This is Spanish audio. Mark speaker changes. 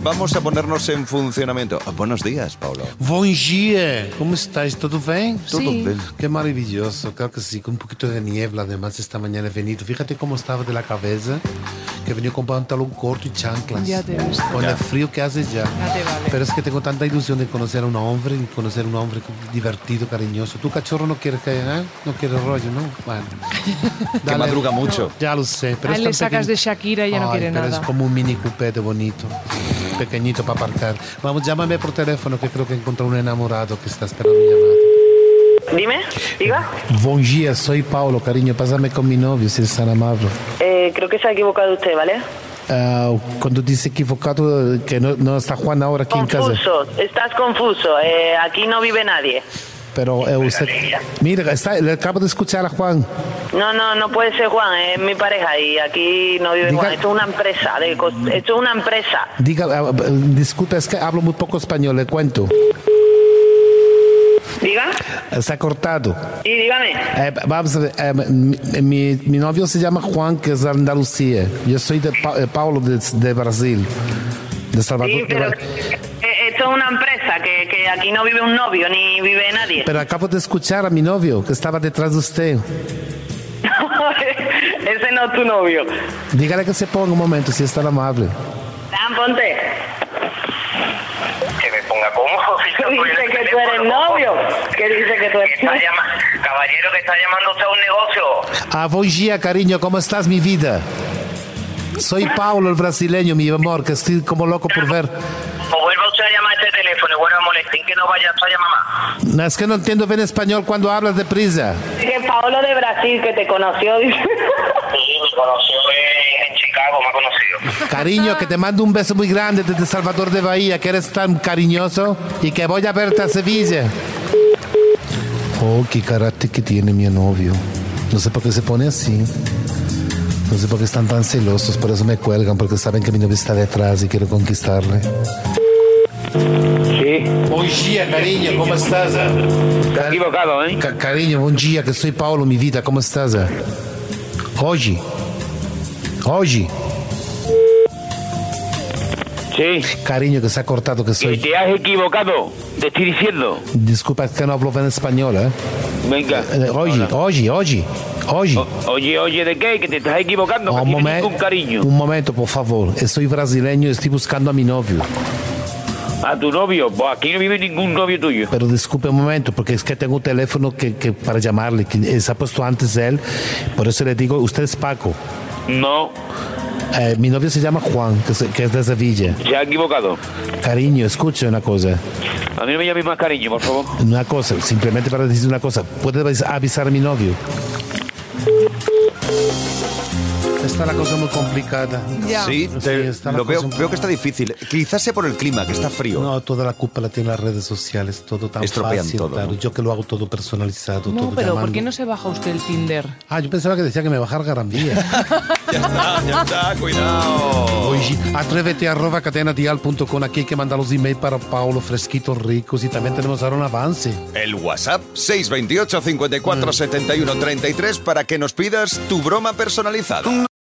Speaker 1: vamos a ponernos en funcionamiento. Oh, Buenos días, Paulo.
Speaker 2: Bom dia! Como estás? Tudo bem?
Speaker 1: Todo
Speaker 3: Sí.
Speaker 1: bien.
Speaker 2: Qué maravilloso, claro que sí, con un poquito de niebla además esta mañana he venido. Fíjate cómo estaba de la cabeza, que he venido con pantalón corto y chanclas.
Speaker 3: Ya te ves.
Speaker 2: Con
Speaker 1: Ya.
Speaker 2: el frío que hace ya.
Speaker 3: Ya te vale.
Speaker 2: Pero es que tengo tanta ilusión de conocer a un hombre, y conocer a un hombre divertido, cariñoso. Tu cachorro no quiere que, ¿eh? no quiere rollo, ¿no? Bueno.
Speaker 1: Que
Speaker 2: Dale.
Speaker 1: madruga mucho.
Speaker 2: Ya lo sé, pero
Speaker 3: A
Speaker 2: es
Speaker 3: él le
Speaker 2: tan pequeño.
Speaker 3: sacas de Shakira y ya no
Speaker 2: Ay,
Speaker 3: quiere
Speaker 2: pero
Speaker 3: nada.
Speaker 2: Es como un mini coupé de bonito, pequeñito para aparcar. Vamos, llámame por teléfono que creo que encontré un enamorado que está esperando mi llamada.
Speaker 4: Dime, diga.
Speaker 2: Bom dia, soy Paulo, cariño, pásame con mi novio si es tan amable.
Speaker 4: Eh, creo que se ha equivocado usted, ¿vale?
Speaker 2: Ah, cuando dice equivocado que no, no está Juan ahora aquí en casa,
Speaker 4: Confuso, estás confuso. Eh, aquí no vive nadie.
Speaker 2: pero eh, usted... Mira, está, le acabo de escuchar a Juan.
Speaker 4: No, no, no puede ser Juan, eh, es mi pareja y aquí no vive
Speaker 2: Diga-
Speaker 4: Juan. Esto es una empresa, de cos- esto es una empresa.
Speaker 2: Diga, ah, eh, disculpe, es que hablo muy poco español, le cuento.
Speaker 4: Diga,
Speaker 2: Está cortado.
Speaker 4: sí, dígame.
Speaker 2: Eh, vamos a ver, eh, mi, mi- mi novio se llama Juan, que es de Andalucía. Yo soy de Pa- eh, Paulo, de, de Brasil. De Salvador.
Speaker 4: Sí,
Speaker 2: de
Speaker 4: pero
Speaker 2: Bra-
Speaker 4: eh, esto es una empresa, que, que aquí no vive un novio ni vive nadie.
Speaker 2: pero acabo de escuchar a mi novio, que estaba detrás de usted.
Speaker 4: Ese no es tu novio.
Speaker 2: Dígale que se ponga un momento, si es tan amable.
Speaker 4: Dan, ponte.
Speaker 5: que me ponga cómodo.
Speaker 4: Que dice que tú eres novio. Que dice que tú eres
Speaker 5: Está llama- Caballero, que está llamando usted a un negocio.
Speaker 2: Ah, bom dia, cariño, ¿cómo estás, mi vida? Soy Paulo, el brasileño, mi amor, que estoy como loco por ver.
Speaker 5: O vuelva usted a llamar a este teléfono y vuelva a molestar que no vaya usted a llamar más.
Speaker 2: No, es que no entiendo bien español cuando hablas deprisa.
Speaker 4: Que Paolo de Brasil, que te conoció, dice.
Speaker 5: Sí, me conoció en, en Chicago, me ha conocido.
Speaker 2: Cariño, que te mando un beso muy grande desde Salvador de Bahía, que eres tan cariñoso y que voy a verte a Sevilla. Oh, qué carácter que tiene mi novio. No sé por qué se pone así. No sé por qué están tan celosos, por eso me cuelgan, porque saben que mi novio está detrás y quiero conquistarle.
Speaker 6: Sí,
Speaker 2: Buen día, cariño, ¿cómo estás?
Speaker 6: está equivocado, ¿eh?
Speaker 2: Ca- cariño, buen día, que soy Paulo, mi vida, ¿cómo estás? Hoy. Hoy.
Speaker 6: Sí.
Speaker 2: Cariño, que se ha cortado, que
Speaker 6: Que
Speaker 2: soy...
Speaker 6: te has equivocado, te estoy diciendo.
Speaker 2: Disculpa, es que no hablo bien español, ¿eh?
Speaker 6: Venga.
Speaker 2: Eh, Oye, oye, oye, oye.
Speaker 6: Oye, oye, ¿de qué? Que te estás equivocando, que
Speaker 2: un,
Speaker 6: tienes
Speaker 2: momen-
Speaker 6: ningún cariño.
Speaker 2: un momento, por favor. Eh, Soy brasileño y estoy buscando a mi novio.
Speaker 6: A tu novio, pues aquí no vive ningún novio tuyo.
Speaker 2: Pero disculpe un momento, porque es que tengo un teléfono que, que para llamarle, que eh, se ha puesto antes de él. Por eso le digo, usted es Paco.
Speaker 6: No,
Speaker 2: Eh, mi novio se llama Juan, que, se- que es de Sevilla.
Speaker 6: se ha equivocado.
Speaker 2: Cariño, escuche una cosa.
Speaker 6: A mí no me llames más cariño, por favor.
Speaker 2: Una cosa, simplemente para decir una cosa. ¿Puede avis- avisar a mi novio? Está la cosa muy complicada.
Speaker 3: Ya.
Speaker 1: Sí,
Speaker 2: Sí,
Speaker 1: te-
Speaker 2: está la
Speaker 1: lo veo,
Speaker 2: cosa un-
Speaker 1: veo que está difícil. Quizás sea por el clima, que está frío.
Speaker 2: No, toda la culpa la tienen las redes sociales, todo tan
Speaker 1: Estropean
Speaker 2: fácil.
Speaker 1: todo,
Speaker 2: claro.
Speaker 1: ¿no?
Speaker 2: Yo que lo hago todo personalizado,
Speaker 3: No,
Speaker 2: todo
Speaker 3: pero
Speaker 2: llamando.
Speaker 3: ¿por qué no se baja usted el Tinder?
Speaker 2: Ah, yo pensaba que decía que me bajara garantía.
Speaker 1: Ya está, ya está, cuidado.
Speaker 2: Oye, atrévete arroba cadenadial.com. Aquí hay que mandar los emails para Paulo, fresquitos ricos. Y también tenemos ahora un avance.
Speaker 1: El WhatsApp 628 54 71 33 para que nos pidas tu broma personalizada.